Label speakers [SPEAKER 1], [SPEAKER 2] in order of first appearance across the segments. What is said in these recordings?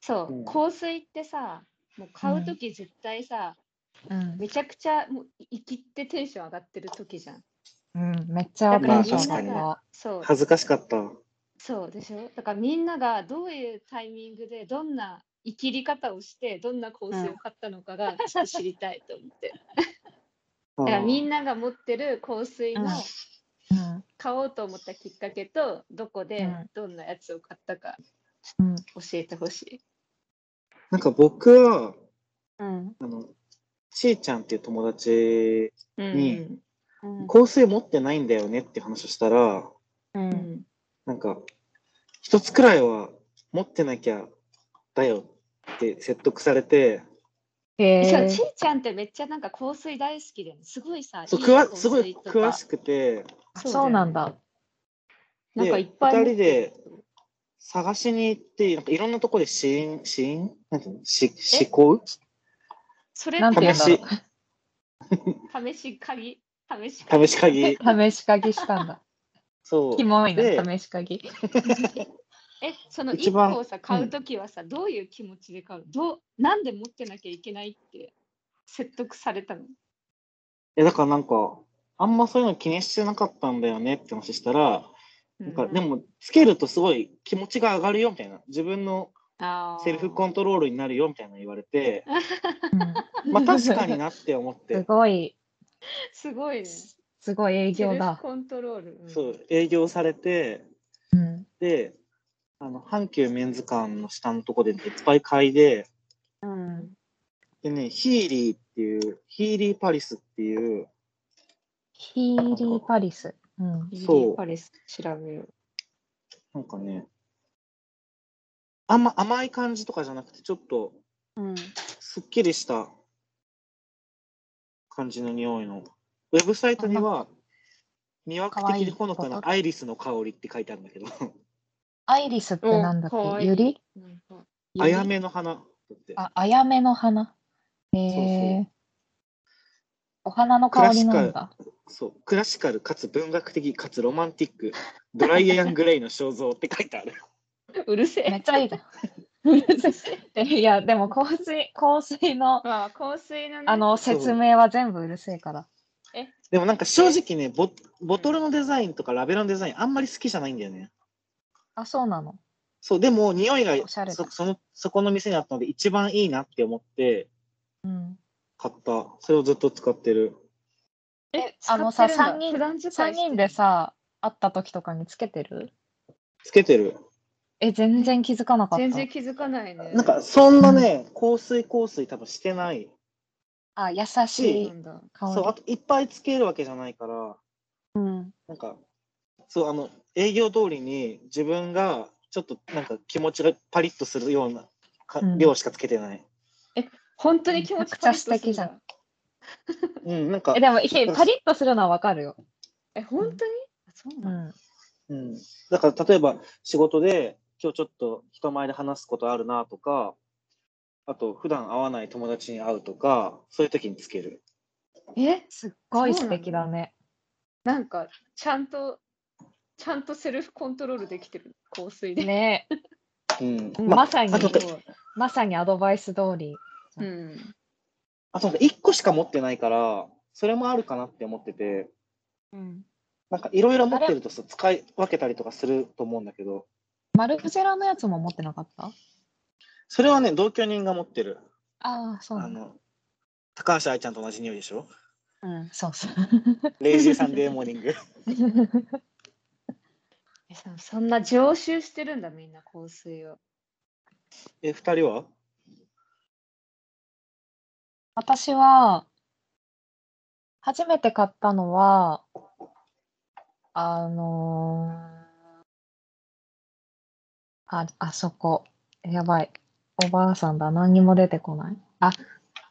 [SPEAKER 1] そう、
[SPEAKER 2] うん
[SPEAKER 1] 香水ってさ、もう買うとき絶対さ、
[SPEAKER 3] うん、
[SPEAKER 1] めちゃくちゃもう生きってテンション上がってるときじゃん。
[SPEAKER 3] うん、めっちゃわ
[SPEAKER 1] だ
[SPEAKER 3] か
[SPEAKER 1] から
[SPEAKER 2] ま
[SPEAKER 3] る
[SPEAKER 2] あ
[SPEAKER 1] みんな
[SPEAKER 2] 確か
[SPEAKER 1] が、
[SPEAKER 2] に
[SPEAKER 1] そう、
[SPEAKER 2] 恥ずかしかった。
[SPEAKER 1] そうでしょだからみんながどういうタイミングでどんな生きり方をしてどんな香水を買ったのかがちょっと知りたいと思って。だ
[SPEAKER 2] だ
[SPEAKER 1] からみ
[SPEAKER 2] な。
[SPEAKER 1] んなが持ってる香水の
[SPEAKER 3] うんうん
[SPEAKER 1] 買おうと思ったきっかけとどこ
[SPEAKER 3] う
[SPEAKER 1] で
[SPEAKER 3] ん
[SPEAKER 1] どんなやつを買ったか
[SPEAKER 3] うん
[SPEAKER 1] 教えてほしい。
[SPEAKER 2] なんか僕は、
[SPEAKER 3] うん
[SPEAKER 2] あの、ちーちゃんっていう友達、
[SPEAKER 1] うん
[SPEAKER 2] ん
[SPEAKER 3] うん
[SPEAKER 2] 香水持ってないんだよねって話をしたら、
[SPEAKER 3] う
[SPEAKER 1] うんん
[SPEAKER 2] なんか、一つくらいは持ってなきゃだよって説得されて、
[SPEAKER 3] へ
[SPEAKER 1] そう
[SPEAKER 3] ー
[SPEAKER 1] ちいちゃんってめっちゃなんか香水大好きで、すごいさ、
[SPEAKER 2] そう
[SPEAKER 1] いい
[SPEAKER 2] くわ
[SPEAKER 1] 香
[SPEAKER 2] すごい
[SPEAKER 1] 水とか
[SPEAKER 2] 詳しくて、
[SPEAKER 3] あそうなんだ。
[SPEAKER 1] なんかいっぱい持
[SPEAKER 2] 2人で探しに行って、なんかいろんなとこで試飲、試飲なんていうのし試行
[SPEAKER 1] それ
[SPEAKER 3] なんて言
[SPEAKER 1] 試
[SPEAKER 3] うん
[SPEAKER 1] し
[SPEAKER 3] だろう
[SPEAKER 2] 試し
[SPEAKER 1] 試し鍵試し
[SPEAKER 2] 試し 鍵。
[SPEAKER 3] 試し嗅ぎしたんだ。
[SPEAKER 2] そう。
[SPEAKER 3] キモい
[SPEAKER 2] で
[SPEAKER 3] な、試し嗅ぎ。
[SPEAKER 1] え、その
[SPEAKER 2] 一
[SPEAKER 1] 1
[SPEAKER 2] 番
[SPEAKER 1] 個をさ、買うときはさ、どういう気持ちで買うどうなんで持ってなきゃいけないって説得されたの
[SPEAKER 2] え、だからなんか、あんまそういうの気にしてなかったんだよねって話したら、なんかでも、つけるとすごい気持ちが上がるよみたいな、自分のセルフコントロールになるよみたいなの言われて、
[SPEAKER 3] うん
[SPEAKER 2] まあ確かになって思っ
[SPEAKER 3] す
[SPEAKER 2] て、
[SPEAKER 3] ごい、
[SPEAKER 1] ロール。すごいね。
[SPEAKER 3] すごい営
[SPEAKER 1] セ
[SPEAKER 3] 業
[SPEAKER 1] ルフ
[SPEAKER 3] だ。
[SPEAKER 1] コントロール。ん
[SPEAKER 2] そう、営業されて、
[SPEAKER 3] うん。
[SPEAKER 2] で、あの、阪急メンズ館の下のとこでいっぱい買いで、
[SPEAKER 3] うん。
[SPEAKER 2] でね、ヒーリーっていう、ヒーリーパリスっていう、
[SPEAKER 3] ヒーリーパリス。うん。
[SPEAKER 1] リリ
[SPEAKER 2] そう
[SPEAKER 1] ーパレス調べよう。
[SPEAKER 2] なんかね、あんま甘い感じとかじゃなくて、ちょっと
[SPEAKER 3] うん。
[SPEAKER 2] すっきりした感じの匂いの。ウェブサイトには、魅惑的でほのかなアイリスの香りって書いてあるんだけど、
[SPEAKER 3] アイリスってなんだ
[SPEAKER 1] お
[SPEAKER 3] っ
[SPEAKER 1] かわ
[SPEAKER 3] け
[SPEAKER 1] いい
[SPEAKER 3] ゆり
[SPEAKER 1] なんか
[SPEAKER 2] あや。めの花だって。
[SPEAKER 3] あ、あやめの花。へ
[SPEAKER 2] そう
[SPEAKER 3] え。お花の香りなんだ。
[SPEAKER 2] そう、クラシカルかつ文学的かつロマンティック、ドライアン・グレイの肖像って書い てある。
[SPEAKER 1] うるせ
[SPEAKER 3] め
[SPEAKER 1] え。
[SPEAKER 3] っちゃいいじゃん。いや、でも香水、香水の、
[SPEAKER 1] まあ、香水のね。
[SPEAKER 3] あの、説明は全部うるせえから。
[SPEAKER 2] でもなんか正直ねボ、ボトルのデザインとかラベルのデザインあんまり好きじゃないんだよね。
[SPEAKER 3] あ、そうなの。
[SPEAKER 2] そう、でも匂いが
[SPEAKER 3] おしゃれだ
[SPEAKER 2] そそのそこの店にあったので一番いいなって思って
[SPEAKER 3] うん。
[SPEAKER 2] 買った。それをずっと使ってる。
[SPEAKER 1] え、
[SPEAKER 3] あのさ
[SPEAKER 1] 使ってるんだ
[SPEAKER 3] 三人
[SPEAKER 1] 普段使いして
[SPEAKER 3] 3人でさ、会った時とかにつけてる
[SPEAKER 2] つけてる。
[SPEAKER 3] え、全然気づかなかった。
[SPEAKER 1] 全然気づかないね。
[SPEAKER 2] なんかそんなね、香水香水多分してない。
[SPEAKER 3] あ、優
[SPEAKER 1] そ
[SPEAKER 3] し
[SPEAKER 1] うないんだ、
[SPEAKER 3] 香り。
[SPEAKER 2] そう、あといっぱいつけるわけじゃないから、
[SPEAKER 3] うん。
[SPEAKER 2] なんか、そう、あの、営業通りに自分がちょっとなんか気持ちがパリッとするようなか
[SPEAKER 3] うん
[SPEAKER 2] 量しかつけてない。
[SPEAKER 1] 本当に気持ちパリッとする
[SPEAKER 3] めちゃくちゃ素敵じゃん。
[SPEAKER 2] うん、なんか
[SPEAKER 3] え、、でも、いやパリッとするのはわかるよ。
[SPEAKER 1] え、本当にあそう
[SPEAKER 3] う
[SPEAKER 1] なんだ。
[SPEAKER 3] ん。
[SPEAKER 2] うん、だから例えば仕事で今日ちょっと人前で話すことあるなとか、あと普段会わない友達に会うとか、そういう時につける。
[SPEAKER 1] え、
[SPEAKER 3] すっごい素敵だね。
[SPEAKER 1] なんか、ちゃんと、ちゃんとセルフコントロールできてる、香水で。
[SPEAKER 3] ね
[SPEAKER 2] うん
[SPEAKER 3] え、
[SPEAKER 2] ま
[SPEAKER 3] まさに
[SPEAKER 2] あ、とね
[SPEAKER 3] まさにアドバイス通り。
[SPEAKER 1] うん。
[SPEAKER 2] あとなんか1個しか持ってないから、それもあるかなって思ってて、
[SPEAKER 3] うん。
[SPEAKER 2] なんかいろいろ持ってるとさ使い分けたりとかすると思うんだけど、
[SPEAKER 3] マルフジェラのやつも持ってなかった
[SPEAKER 2] それはね、同居人が持ってる。
[SPEAKER 3] ああ、そうな
[SPEAKER 2] あ
[SPEAKER 3] んだ。
[SPEAKER 2] の高橋愛ちゃんと同じ匂いでしょ
[SPEAKER 3] うん、そうそう。
[SPEAKER 2] レイジーサンデーモーニン グ。
[SPEAKER 1] えそそんな常習してるんだ、みんな香水を。
[SPEAKER 2] え、2人は
[SPEAKER 3] 私は、初めて買ったのは、あのーあ、あそこ。やばい。おばあさんだ。何にも出てこない。あ、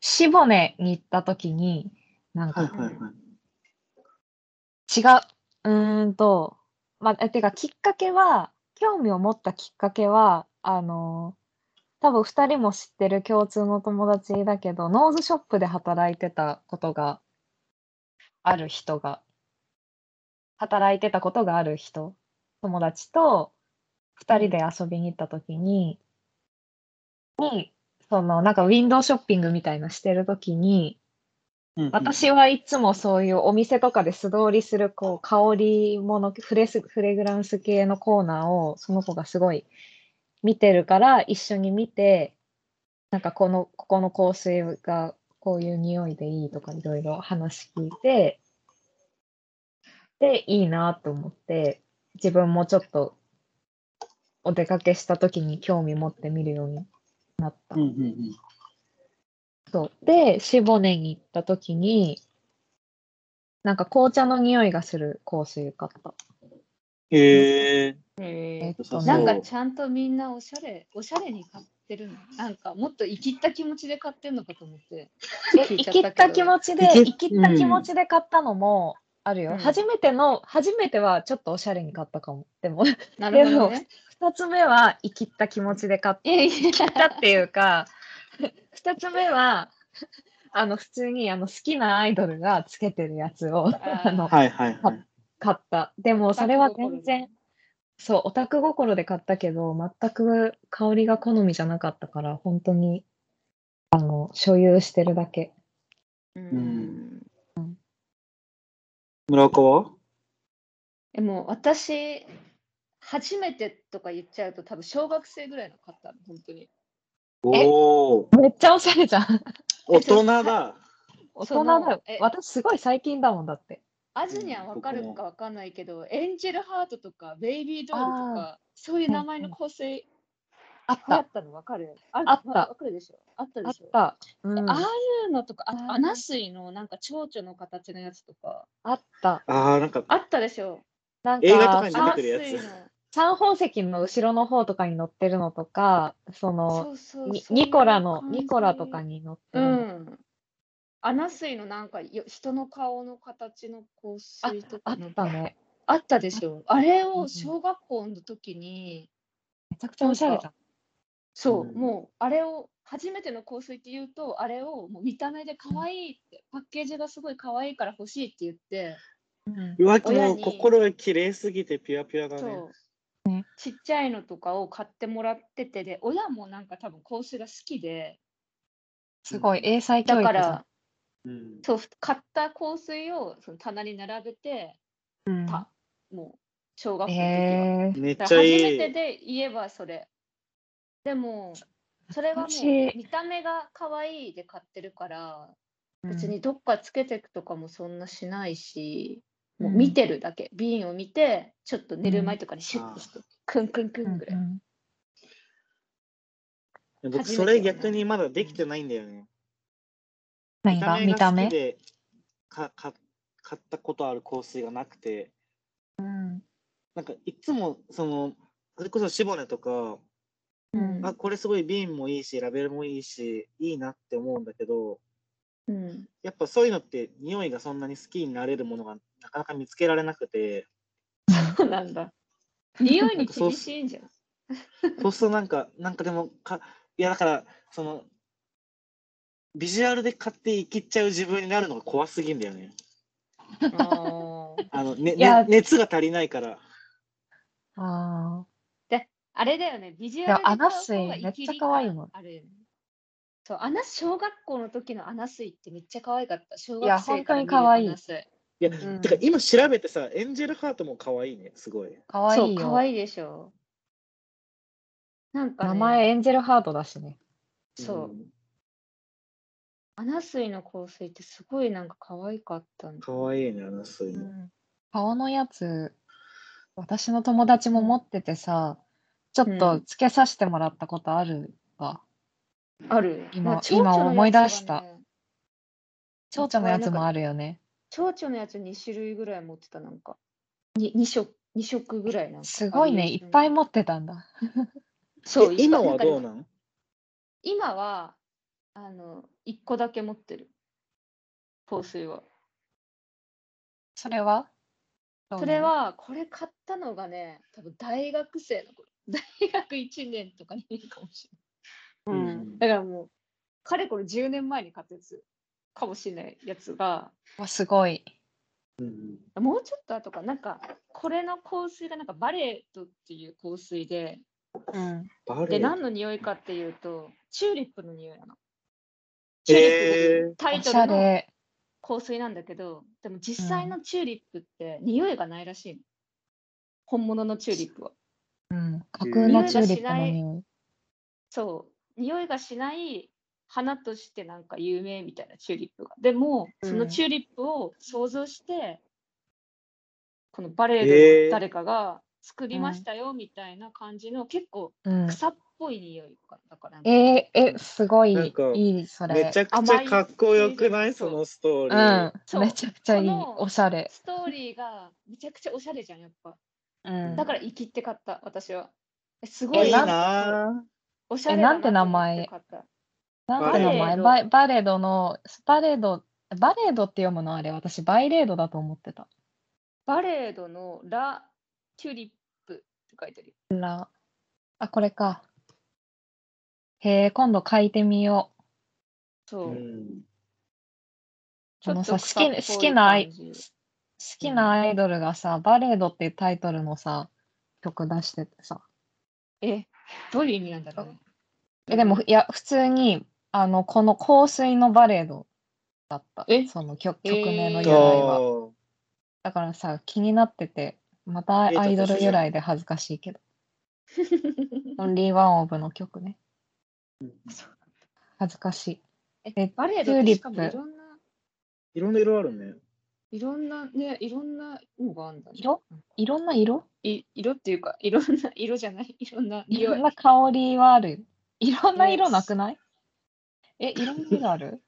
[SPEAKER 3] シボネに行った時に、なんか
[SPEAKER 2] はいはいはい。
[SPEAKER 3] 違う。うーんと、まあ、えてか、きっかけは、興味を持ったきっかけは、あのー多分2人も知ってる共通の友達だけど、ノーズショップで働いてたことがある人が、働いてたことがある人、友達と2人で遊びに行った時に、に、そのなんかウィンドウショッピングみたいなしてるときに、
[SPEAKER 2] うんうん
[SPEAKER 3] 私はいつもそういうお店とかで素通りするこう香りものフレスフレグランス系のコーナーをその子がすごい見てるから一緒に見てなんかこのここの香水がこういう匂いでいいとかいろいろ話聞いてでいいなと思って自分もちょっとお出かけした時に興味持って見るようになった
[SPEAKER 2] うん。うんうん
[SPEAKER 3] そう。で、シボネに行った時に、なんか紅茶の匂いがする香水買った。
[SPEAKER 2] へえ
[SPEAKER 3] えっ
[SPEAKER 1] え
[SPEAKER 2] そ
[SPEAKER 3] と
[SPEAKER 2] う
[SPEAKER 1] ー、
[SPEAKER 3] ね、
[SPEAKER 1] なんかちゃんとみんなおしゃれ、おしゃれに買ってるの。なんかもっと生きった気持ちで買ってんのかと思って。
[SPEAKER 3] え
[SPEAKER 1] 聞い
[SPEAKER 3] 生
[SPEAKER 1] ちゃ
[SPEAKER 3] き
[SPEAKER 1] ったけど
[SPEAKER 3] った気持ちで、
[SPEAKER 2] 生
[SPEAKER 3] 生
[SPEAKER 2] き
[SPEAKER 3] きった気持ちで買ったのもあるよ。
[SPEAKER 1] うん
[SPEAKER 3] 初めての、初めてはちょっとおしゃれに買ったかも。でも、
[SPEAKER 1] なるほどね。
[SPEAKER 3] 二つ目は生きった気持ちで買っ
[SPEAKER 1] いやいや
[SPEAKER 3] たっていうか、二つ目は、あの、普通にあの好きなアイドルがつけてるやつを
[SPEAKER 1] あー
[SPEAKER 3] あ の
[SPEAKER 2] はいはいはい。
[SPEAKER 3] 買った。でも、それは全然。そう、オタク心で買ったけど、全く香りが好みじゃなかったから、本当に、あの、所有してるだけ。
[SPEAKER 1] うん。
[SPEAKER 2] 村岡は
[SPEAKER 1] でも私、初めてとか言っちゃうと、多分小学生ぐらいの買ったの、本当に。
[SPEAKER 2] おお
[SPEAKER 3] めっちゃおしゃれじゃん。
[SPEAKER 2] 大人 だ。
[SPEAKER 3] 大
[SPEAKER 1] そ
[SPEAKER 3] 人
[SPEAKER 1] の
[SPEAKER 3] だよ
[SPEAKER 1] え。
[SPEAKER 3] 私、すごい最近だもんだって。
[SPEAKER 1] アジにはわかるかわかんないけど、エンジェルハートとか、ベイビードールとか、そういう名前の香水
[SPEAKER 3] あっ
[SPEAKER 1] 流行
[SPEAKER 3] た。
[SPEAKER 1] ったのわかるあ
[SPEAKER 3] あった
[SPEAKER 1] わかるでしょあった
[SPEAKER 3] あ
[SPEAKER 1] で
[SPEAKER 3] っ
[SPEAKER 1] しょ
[SPEAKER 3] た。うん、
[SPEAKER 1] ああ
[SPEAKER 3] あ
[SPEAKER 1] いうのとか、あ
[SPEAKER 3] あ
[SPEAKER 1] と
[SPEAKER 3] ー
[SPEAKER 1] アナスイのなんか蝶々の形のやつとか、
[SPEAKER 3] った。
[SPEAKER 2] ああ、なんか、
[SPEAKER 1] あったでしょ
[SPEAKER 3] なん
[SPEAKER 2] 映画とかに
[SPEAKER 3] か、
[SPEAKER 2] 出て
[SPEAKER 3] さ
[SPEAKER 2] くるやつ
[SPEAKER 1] アナスイの
[SPEAKER 3] 三宝石の後ろの方とかに乗ってるのとか、その、
[SPEAKER 1] そうそう
[SPEAKER 3] に
[SPEAKER 1] そういう
[SPEAKER 3] ニコラの、
[SPEAKER 1] 感じ
[SPEAKER 3] ニコラとかに乗って
[SPEAKER 1] う
[SPEAKER 3] るの。
[SPEAKER 1] ん。アナスイのなんかよ人の顔の形の香水と
[SPEAKER 3] あ
[SPEAKER 1] か
[SPEAKER 3] っ
[SPEAKER 1] の
[SPEAKER 3] たね。
[SPEAKER 1] あったでしょあれ
[SPEAKER 3] うんう
[SPEAKER 1] を
[SPEAKER 3] ん
[SPEAKER 1] 小学校の時に、
[SPEAKER 3] めちゃくちゃおしゃれじゃん。
[SPEAKER 1] そう、
[SPEAKER 2] うん
[SPEAKER 1] もうあれを初めての香水って言うとあれをもう見た目で可愛いってパッケージがすごい可愛いから欲しいって言って
[SPEAKER 3] うん
[SPEAKER 2] 浮気
[SPEAKER 1] 親
[SPEAKER 2] も
[SPEAKER 1] に
[SPEAKER 2] 心が綺麗すぎてピュアピュアだね。
[SPEAKER 1] そう、
[SPEAKER 3] ね
[SPEAKER 1] ちっちゃいのとかを買ってもらっててで親もなんか多分香水が好きです
[SPEAKER 3] ごい、英才教
[SPEAKER 1] だ
[SPEAKER 3] 育じゃ
[SPEAKER 1] か
[SPEAKER 3] ん。
[SPEAKER 1] ら
[SPEAKER 2] うん
[SPEAKER 1] そう買った香水をその棚に並べて
[SPEAKER 3] うん
[SPEAKER 1] た、もう小学校の時は。
[SPEAKER 3] えー、
[SPEAKER 2] めっ
[SPEAKER 1] だ
[SPEAKER 2] ち
[SPEAKER 1] か
[SPEAKER 2] ゃ
[SPEAKER 1] ら初
[SPEAKER 2] い
[SPEAKER 1] め
[SPEAKER 2] い。
[SPEAKER 1] てで言えばそれ。でも、それはもう
[SPEAKER 3] 私
[SPEAKER 1] 見た目が可愛いで買ってるから、別
[SPEAKER 3] うん
[SPEAKER 1] にどっかつけていくとかもそんなしないし、
[SPEAKER 3] うん
[SPEAKER 1] もう見てるだけ、瓶を見て、ちょっと寝る前とかにシュッとして、クンクンクンぐらい。
[SPEAKER 3] ん
[SPEAKER 1] 初
[SPEAKER 2] 僕、
[SPEAKER 1] めて
[SPEAKER 2] それ逆にまだできてないんだよね。
[SPEAKER 3] 何が見
[SPEAKER 2] が
[SPEAKER 3] た
[SPEAKER 2] 好き
[SPEAKER 3] 目
[SPEAKER 2] でかか買ったことある香水がなくて、
[SPEAKER 3] うん
[SPEAKER 2] なんかいつも、その、それこそシボネとか、
[SPEAKER 3] うん
[SPEAKER 2] あ、これすごい瓶もいいし、ラベルもいいし、いいなって思うんだけど、
[SPEAKER 1] うん
[SPEAKER 2] やっぱそういうのって匂いがそんなに好きになれるものがなかなか見つけられなくて、
[SPEAKER 1] そうなんだ。匂いに厳しいんじ ゃん。
[SPEAKER 2] そうするとなんか、なんかでもか、いやだから、その、ビジュアルで買って生きっちゃう自分になるのが怖すぎんだよね。
[SPEAKER 1] あー
[SPEAKER 2] あの、ね、
[SPEAKER 3] いや
[SPEAKER 2] ね熱が足りないから。
[SPEAKER 3] あ
[SPEAKER 1] あれだよね、ビジュア
[SPEAKER 3] や
[SPEAKER 1] ルで買う
[SPEAKER 3] アナスイ
[SPEAKER 1] 方が生きり感
[SPEAKER 3] めっちゃ可愛いもん
[SPEAKER 1] あるよね。そう、アナ小学校の時のアナスイってめっちゃ可愛かった。小
[SPEAKER 3] いや
[SPEAKER 1] 学生
[SPEAKER 3] 本
[SPEAKER 1] か
[SPEAKER 3] 当
[SPEAKER 1] ら見
[SPEAKER 3] に
[SPEAKER 1] るア
[SPEAKER 3] 可愛い
[SPEAKER 1] ナスイ。
[SPEAKER 2] いや、
[SPEAKER 3] あ、うん
[SPEAKER 2] てか今調べてさ、エンジェルハートも可愛いね、すごい。
[SPEAKER 3] かわい
[SPEAKER 1] そう、
[SPEAKER 3] いよ
[SPEAKER 1] 可愛いでしょ。なんか、ね、
[SPEAKER 3] 名前エンジェルハートだしね
[SPEAKER 1] そう、
[SPEAKER 2] ん
[SPEAKER 1] アナスイの香水ってすごいなんか可愛かったんだ。
[SPEAKER 2] 可愛いね、あの、そういうの。
[SPEAKER 3] 顔のやつ私の友達も持っててさちょっ
[SPEAKER 1] う
[SPEAKER 3] と
[SPEAKER 1] ん
[SPEAKER 3] つけさせてもらったことあるわ
[SPEAKER 1] ある。
[SPEAKER 3] 今
[SPEAKER 1] まあ蝶々のやつがね
[SPEAKER 3] 今思い出した蝶々のや
[SPEAKER 1] な
[SPEAKER 3] つ
[SPEAKER 1] んか
[SPEAKER 3] もあるよね
[SPEAKER 1] 蝶々のやつ2種類ぐらい持ってた、なんか。に2色、二色ぐらいなんか。
[SPEAKER 3] すごい
[SPEAKER 1] あ
[SPEAKER 3] ね
[SPEAKER 1] る
[SPEAKER 3] いっぱい持ってたんだ
[SPEAKER 1] そう、
[SPEAKER 2] え
[SPEAKER 1] いっぱ
[SPEAKER 2] 今
[SPEAKER 1] い
[SPEAKER 2] はどう
[SPEAKER 1] なんかね
[SPEAKER 2] なん
[SPEAKER 1] 今は、あの、1個だけ持ってる。香水は。
[SPEAKER 3] それは
[SPEAKER 1] それは、これ買ったのがね、多分大学生の頃。 大学1年とか2年かもしれない。
[SPEAKER 3] う
[SPEAKER 2] うんん
[SPEAKER 1] だからもう、かれこれ10年前に買ったやつかもしれないやつが、
[SPEAKER 3] わすごい
[SPEAKER 2] うん
[SPEAKER 1] もうちょっと後か、なんか、これの香水がなんかバレットっていう香水で、
[SPEAKER 3] うん。
[SPEAKER 2] バレ
[SPEAKER 1] で、
[SPEAKER 2] エ
[SPEAKER 1] 何の匂いかっていうと、チューリップの匂いなの。チューリップ
[SPEAKER 2] えー、
[SPEAKER 1] タイ
[SPEAKER 3] お
[SPEAKER 1] ト
[SPEAKER 3] しゃ
[SPEAKER 1] ルの
[SPEAKER 3] れ。
[SPEAKER 1] 香水なんだけど、でも実際のチューリップって匂いがないらしいの。本物のチューリップは。
[SPEAKER 3] うん。架空のチューリップの匂い。
[SPEAKER 1] そう、匂いがしない花としてなんか有名みたいなチューリップが。でも、
[SPEAKER 3] うん
[SPEAKER 1] そのチューリップを想像して、このバレエの誰かが作りましたよみたいな感じの、結構
[SPEAKER 3] うん。
[SPEAKER 1] 草っぽい匂いがだから、
[SPEAKER 3] えー、え、すごい
[SPEAKER 2] なんか
[SPEAKER 3] いい、それ。
[SPEAKER 2] めちゃくちゃかっこよくないそのストーリー。
[SPEAKER 3] う
[SPEAKER 1] そ
[SPEAKER 3] ん。
[SPEAKER 1] う
[SPEAKER 3] めちゃくちゃいい
[SPEAKER 1] こ。の
[SPEAKER 3] おしゃれ。
[SPEAKER 1] ストーリーがめちゃくちゃおしゃれじゃん、やっぱ。
[SPEAKER 3] うん。
[SPEAKER 1] だから生きって買った、私は。えす
[SPEAKER 2] え
[SPEAKER 1] ごい
[SPEAKER 2] いい
[SPEAKER 1] な
[SPEAKER 2] な
[SPEAKER 1] おしゃれ
[SPEAKER 3] え
[SPEAKER 1] だ
[SPEAKER 3] なんて
[SPEAKER 1] と
[SPEAKER 3] 名
[SPEAKER 1] 思っ
[SPEAKER 3] 前
[SPEAKER 1] 買った
[SPEAKER 3] なんて名前
[SPEAKER 1] バ
[SPEAKER 3] バ
[SPEAKER 1] レ
[SPEAKER 3] レバレードの、バレード、バレードって読むのあれ、私、バイレードだと思ってた。
[SPEAKER 1] バレードのラ・チューリップって書いてあるよ。
[SPEAKER 3] ラ。あ、これか。へえ、今度書いてみよう。
[SPEAKER 2] ぁ、
[SPEAKER 1] そうう。
[SPEAKER 2] ん
[SPEAKER 3] この
[SPEAKER 1] ちょ
[SPEAKER 3] さ、
[SPEAKER 1] っ
[SPEAKER 3] 好
[SPEAKER 1] と
[SPEAKER 3] き
[SPEAKER 1] 草っぽい
[SPEAKER 3] 好きなアイ、
[SPEAKER 1] 感じ
[SPEAKER 3] 好きなアイドルがさ、バレードっていうタイトルのさ、曲出しててさ。
[SPEAKER 1] え、どういう意味なんだろうね。
[SPEAKER 3] え、でも、いや、普通に、あの、この香水のバレードだった。
[SPEAKER 1] え
[SPEAKER 3] その曲
[SPEAKER 1] え
[SPEAKER 3] 曲
[SPEAKER 1] ー
[SPEAKER 3] 名の由
[SPEAKER 1] 嫌
[SPEAKER 3] 来
[SPEAKER 1] い
[SPEAKER 3] は。
[SPEAKER 2] そ
[SPEAKER 3] だからさ、気になってて、また
[SPEAKER 2] えー
[SPEAKER 3] アイド
[SPEAKER 2] ちょっ
[SPEAKER 3] ル
[SPEAKER 2] と
[SPEAKER 3] 由来で恥ずかしいけど。オンリーワンオブの曲ね。恥ずかしい。え
[SPEAKER 1] バレード
[SPEAKER 3] チュ
[SPEAKER 1] っ
[SPEAKER 3] ー
[SPEAKER 1] て
[SPEAKER 3] リップ
[SPEAKER 1] しかもいろんな、
[SPEAKER 2] ういろんな色あるね。
[SPEAKER 1] いろんなね、いろんなのがあるんだね。
[SPEAKER 3] 色いろんな色
[SPEAKER 1] い色っていうか、いろんな色じゃない、いろんない
[SPEAKER 3] ろ
[SPEAKER 1] 匂
[SPEAKER 3] ん
[SPEAKER 1] い。
[SPEAKER 3] な香りはあるよ。いろんな
[SPEAKER 1] ね
[SPEAKER 3] 色なくないえ、いろんな色ある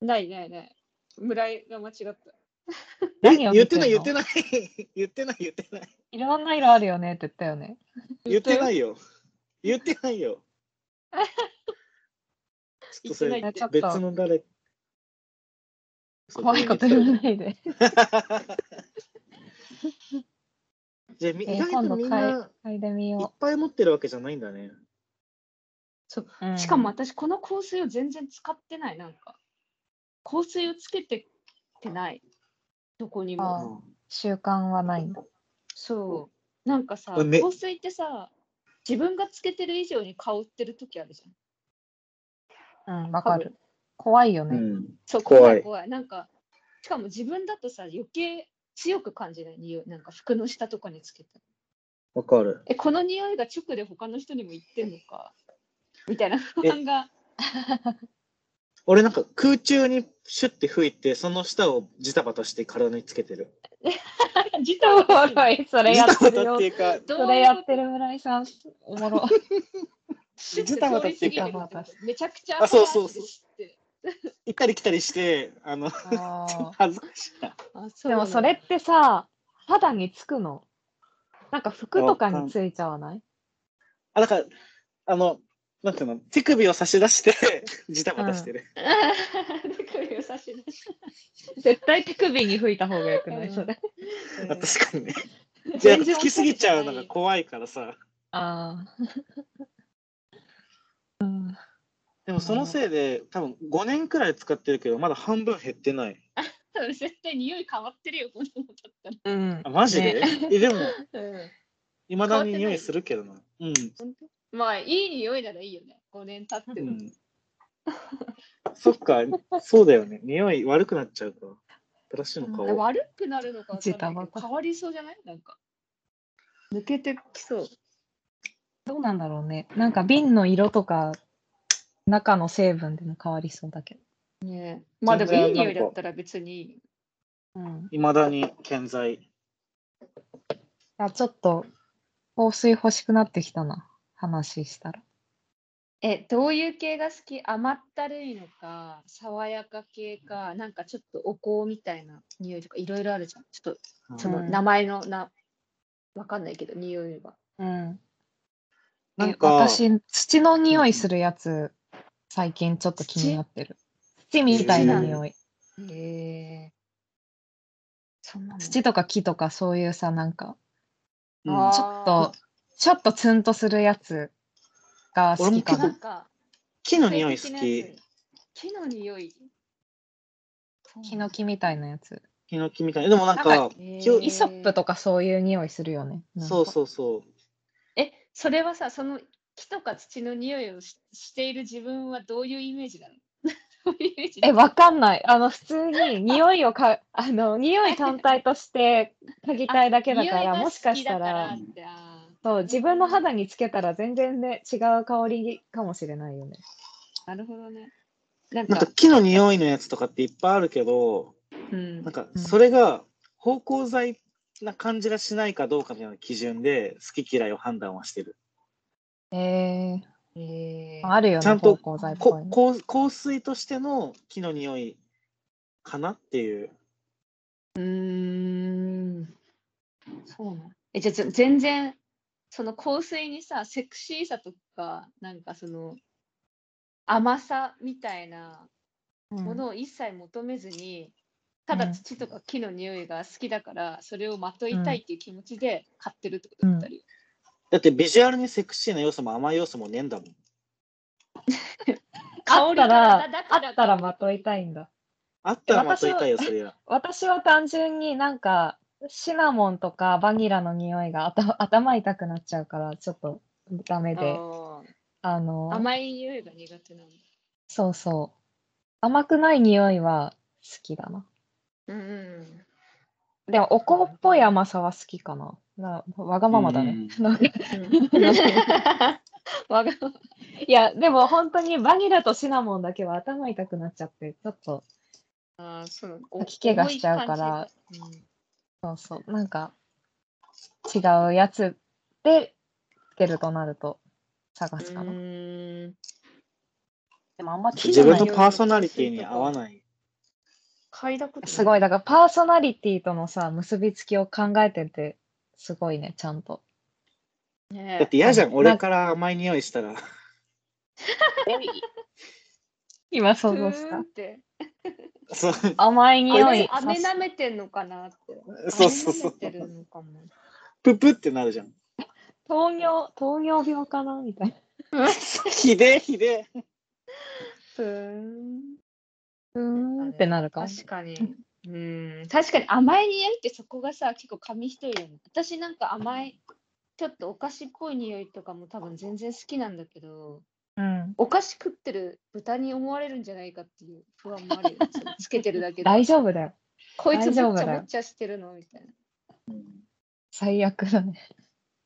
[SPEAKER 1] ないないない。村井が間違った。
[SPEAKER 2] え
[SPEAKER 3] 何を
[SPEAKER 2] 言ってない言
[SPEAKER 3] 見
[SPEAKER 2] ってて
[SPEAKER 3] ん
[SPEAKER 2] ない言ってない 言ってない
[SPEAKER 3] いろんな色あるよねって言ったよね。
[SPEAKER 2] 言ってないよ。言ってないよ。ちょっとそ
[SPEAKER 1] 言ってな
[SPEAKER 2] れ
[SPEAKER 1] い
[SPEAKER 3] ちょっ
[SPEAKER 2] 別
[SPEAKER 3] と
[SPEAKER 2] の誰。
[SPEAKER 3] 怖いこと言わないで。
[SPEAKER 2] じゃあみ
[SPEAKER 3] え
[SPEAKER 2] 意外
[SPEAKER 3] 今
[SPEAKER 2] と
[SPEAKER 3] 度
[SPEAKER 2] みん
[SPEAKER 3] 変
[SPEAKER 2] な
[SPEAKER 3] 嗅いでみ
[SPEAKER 2] いっ
[SPEAKER 3] よ
[SPEAKER 2] ぱい持ってるわけじゃないんだね。
[SPEAKER 3] う。うん
[SPEAKER 1] しかも、私、この香水を全然使ってない、なんか。香水をつけてってない。どこに
[SPEAKER 3] あ
[SPEAKER 1] も
[SPEAKER 3] ー。習慣はないんだ。
[SPEAKER 1] そう。なんかさ、
[SPEAKER 2] これめ
[SPEAKER 1] 香水ってさ、自分がつけてる以上に香ってる時あるじゃん。
[SPEAKER 3] うん、わかる。怖いよ
[SPEAKER 2] う
[SPEAKER 3] ね。
[SPEAKER 2] ん。
[SPEAKER 1] そう、
[SPEAKER 2] 怖い
[SPEAKER 1] 怖い怖い。なんか、しかも自分だとさ、余計強く感じない匂い。なんか服の下とかにつけて。
[SPEAKER 2] わかる。
[SPEAKER 1] え、この匂いが直で他の人にも言ってんのか。みたいな不安が。
[SPEAKER 2] 俺なんか空中にシュッて吹いて、その下をジタバタして体につけてる。
[SPEAKER 1] 自体
[SPEAKER 3] お もろ。
[SPEAKER 1] はい
[SPEAKER 3] それ
[SPEAKER 2] ジ
[SPEAKER 3] や
[SPEAKER 2] タ
[SPEAKER 3] って
[SPEAKER 2] バ
[SPEAKER 3] る
[SPEAKER 2] タっ
[SPEAKER 3] よ
[SPEAKER 2] て。いうか、
[SPEAKER 3] それやってる村井さん、おもろ。
[SPEAKER 1] シュッて
[SPEAKER 2] ジタバタ
[SPEAKER 1] 通り過ぎて
[SPEAKER 3] ジタバタし
[SPEAKER 1] めちゃくちゃ
[SPEAKER 2] あそうそうそ
[SPEAKER 1] 後回しで
[SPEAKER 2] う
[SPEAKER 1] 知って
[SPEAKER 2] 行ったり来たりして、あの、
[SPEAKER 3] あー
[SPEAKER 2] 恥ずかしいな。
[SPEAKER 1] あそう
[SPEAKER 3] でもそれってさ、肌につくのなんか服とかについちゃわない
[SPEAKER 2] あ、だから、あの、なんていうの、手首を差し出して、ジタバタしてる。
[SPEAKER 1] 手首を差し出し
[SPEAKER 3] 絶対手首に吹いた方がよくない
[SPEAKER 1] うん
[SPEAKER 3] それ。
[SPEAKER 1] て
[SPEAKER 2] あ確かにね。
[SPEAKER 1] 全
[SPEAKER 2] じゃ
[SPEAKER 1] 然おしゃれじゃない
[SPEAKER 2] あ、つきすぎちゃうのが怖いからさ。
[SPEAKER 3] ああ。うん。
[SPEAKER 2] でもそのせいで、多分5年くらい使ってるけど、まだ半分減ってない。
[SPEAKER 1] 多分絶対匂い変わってるよ、この子だった
[SPEAKER 3] うん
[SPEAKER 2] あ、マジで、
[SPEAKER 3] ね
[SPEAKER 2] え、でも、
[SPEAKER 1] ら。
[SPEAKER 2] いまだに匂いするけどな。うん。
[SPEAKER 1] まあ、いい匂いならいいよね。5年経って
[SPEAKER 2] う
[SPEAKER 1] も。
[SPEAKER 2] ん。そっか、そうだよね。匂い悪くなっちゃうか。新しいの買おう。
[SPEAKER 1] 悪くなるのかわかんない
[SPEAKER 3] ジタバ
[SPEAKER 1] けど
[SPEAKER 3] タ
[SPEAKER 1] 変わりそうじゃないなんか。抜けてきそう。
[SPEAKER 3] どうなんだろうね。なんか瓶の色とか、中の成分でも変わりそうだけど。
[SPEAKER 1] ねまあでもいい匂いだったら別に。
[SPEAKER 3] うん。
[SPEAKER 2] いまだに健在。
[SPEAKER 3] あ、ちょっと、香水欲しくなってきたな。話したら。
[SPEAKER 1] え、どういう系が好き甘ったるいのか、爽やか系か、なんかちょっとお香みたいな匂いとかいろいろあるじゃん。ちょっとその
[SPEAKER 3] うん
[SPEAKER 1] 名前のな、わかんないけど、匂いは。
[SPEAKER 3] うん。
[SPEAKER 2] なん
[SPEAKER 3] え
[SPEAKER 2] か、
[SPEAKER 3] 私、土の匂いするやつ、最近ちょっと気になってる。土みたいな匂い。
[SPEAKER 1] へえ。そんなの
[SPEAKER 3] 土とか木とかそういうさ、なんか、
[SPEAKER 2] うん
[SPEAKER 1] あー
[SPEAKER 3] ちょっと、ちょっとツンとするやつが好きか
[SPEAKER 1] な
[SPEAKER 3] な。
[SPEAKER 1] んか
[SPEAKER 2] 木の匂い好
[SPEAKER 1] 性的
[SPEAKER 2] き
[SPEAKER 1] なや。つ木の匂い
[SPEAKER 3] ヒノキみたいなやつ。
[SPEAKER 2] ヒノキみたいな。でもなん
[SPEAKER 3] な
[SPEAKER 2] か、
[SPEAKER 1] へー
[SPEAKER 2] 気を
[SPEAKER 1] え
[SPEAKER 3] イソップとかそういう匂いするよね。なんか
[SPEAKER 2] そうそうそう。
[SPEAKER 1] えそれはさ、その木とか土の匂いをししている自分はどういうイメージなの どういうイメージ
[SPEAKER 3] え、わかんない。あの、普通に匂いをか、 あの、匂い単体として嗅ぎたいだけだから、もしかしたら、そう、自分の肌につけたら全然ね、違う香りかもしれないよね。
[SPEAKER 1] なるほどね。なん
[SPEAKER 2] なん
[SPEAKER 1] か
[SPEAKER 2] か、木の匂いのやつとかっていっぱいあるけど、
[SPEAKER 1] うん
[SPEAKER 2] なんかそれが芳香剤な感じがしないかどうかみたいな基準で好き嫌いを判断はしてる。
[SPEAKER 3] えー、
[SPEAKER 1] えー
[SPEAKER 3] あるよね、
[SPEAKER 2] ちゃんと
[SPEAKER 3] 芳香剤っぽい
[SPEAKER 2] こ
[SPEAKER 3] の
[SPEAKER 2] 香香水としての木の匂いかなっていう。
[SPEAKER 1] うーんそうなのえじゃあぜ全然その香水にさセクシーさとかなんかその甘さみたいな
[SPEAKER 3] うん
[SPEAKER 1] ものを一切求めずに、
[SPEAKER 3] うん
[SPEAKER 1] ただ
[SPEAKER 3] うん
[SPEAKER 1] 土とか木の匂いが好きだから、それをまといたいっていう気持ちで買ってるってことだったり、
[SPEAKER 2] だってビジュアルにセクシーな要素も甘い要素もねえんだもん。
[SPEAKER 3] あった
[SPEAKER 1] 香
[SPEAKER 3] ら
[SPEAKER 1] りがだ、か
[SPEAKER 3] あ
[SPEAKER 1] ら
[SPEAKER 3] ったらまといたいんだ。
[SPEAKER 2] あったらまといたいよ、それは。
[SPEAKER 3] 私は単純になんか、シナモンとかバニラの匂いが頭 頭痛くなっちゃうから、ちょっとダメで。
[SPEAKER 1] あ
[SPEAKER 3] あ
[SPEAKER 1] ー
[SPEAKER 3] の、
[SPEAKER 1] 甘い匂いが苦手なんだ
[SPEAKER 3] そうそう。甘くない匂いは好きだな。
[SPEAKER 1] うん うん
[SPEAKER 3] でも、お香っぽい甘さは好きかな。なわがままだね。なんか
[SPEAKER 1] うんわがまま
[SPEAKER 3] いや、でも本当にバニラとシナモンだけは頭痛くなっちゃって、ちょっと、
[SPEAKER 1] あーそう
[SPEAKER 3] 吐き気がしちゃうから
[SPEAKER 1] 重い感じうん
[SPEAKER 3] そうそう、なんか、違うやつで、つけるとなると、探すかな。
[SPEAKER 1] うん
[SPEAKER 3] でもあんま
[SPEAKER 2] 自分の
[SPEAKER 1] こ
[SPEAKER 2] パーソナリティに合わない。
[SPEAKER 1] 嗅いだこと
[SPEAKER 3] す
[SPEAKER 1] い。
[SPEAKER 3] ごい、だからパーソナリティとのさ、結びつきを考えてて、すごいね、ちゃんと。
[SPEAKER 1] ね
[SPEAKER 2] だって嫌じゃ、
[SPEAKER 3] うんん
[SPEAKER 2] 俺から甘い匂いしたら。
[SPEAKER 3] 今想
[SPEAKER 1] ふー
[SPEAKER 3] 像
[SPEAKER 1] ん
[SPEAKER 3] した
[SPEAKER 1] っ。て。
[SPEAKER 2] そう
[SPEAKER 3] 甘い匂
[SPEAKER 1] あ
[SPEAKER 3] い
[SPEAKER 1] れ。飴舐めてんのかなって。
[SPEAKER 2] そうそうそ
[SPEAKER 1] 飴
[SPEAKER 2] う
[SPEAKER 1] 舐。めてるのかも。
[SPEAKER 2] ププってなるじゃん。
[SPEAKER 3] 糖尿、糖尿病かなみたいな。
[SPEAKER 2] ひでえひでえ。
[SPEAKER 1] ふーん。
[SPEAKER 3] うーんってなるかも。
[SPEAKER 1] 確かに。うん。確かに甘い匂いってそこがさ、結構紙一重よね。私なんか甘い、ちょっとお菓子っぽい匂いとかも多分全然好きなんだけど、
[SPEAKER 3] うん。
[SPEAKER 1] お菓子食ってる豚に思われるんじゃないかっていう不安も あるよね。そのつけてるだけで。
[SPEAKER 3] 大丈夫だよ。
[SPEAKER 1] こいつも
[SPEAKER 3] 大
[SPEAKER 1] っち
[SPEAKER 3] 丈
[SPEAKER 1] ゃ
[SPEAKER 3] 夫だよ
[SPEAKER 1] もっちゃしてるのみたいな。
[SPEAKER 3] 最悪だね。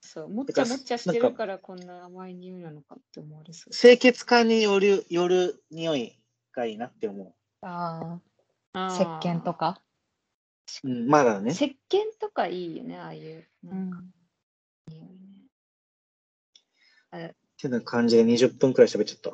[SPEAKER 1] そう、もっ
[SPEAKER 2] だ
[SPEAKER 1] ち
[SPEAKER 2] か
[SPEAKER 1] ゃ
[SPEAKER 2] ら
[SPEAKER 1] もっちゃしてるからこんな甘い匂いなのかって思われそう。
[SPEAKER 2] 清潔感によるよる匂いがいいなって思
[SPEAKER 3] ああ、
[SPEAKER 1] 石
[SPEAKER 3] 石鹸と。か。
[SPEAKER 2] う。うん、まだね。
[SPEAKER 1] 石鹸とかいいよね、ああいう。なんか
[SPEAKER 2] てな感じで20分くらい喋っちゃった。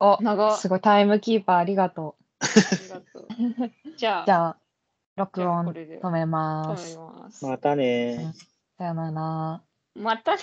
[SPEAKER 3] お、
[SPEAKER 1] 長っ
[SPEAKER 3] すごい、タイムキーパーありがと
[SPEAKER 1] ありがと う。じゃあ、
[SPEAKER 3] う。じゃあ、録
[SPEAKER 1] じゃあこ
[SPEAKER 3] 音
[SPEAKER 1] れで
[SPEAKER 3] 止めま
[SPEAKER 1] 止
[SPEAKER 3] す
[SPEAKER 1] め。ます。
[SPEAKER 2] またねー。
[SPEAKER 3] さよなら。
[SPEAKER 1] またね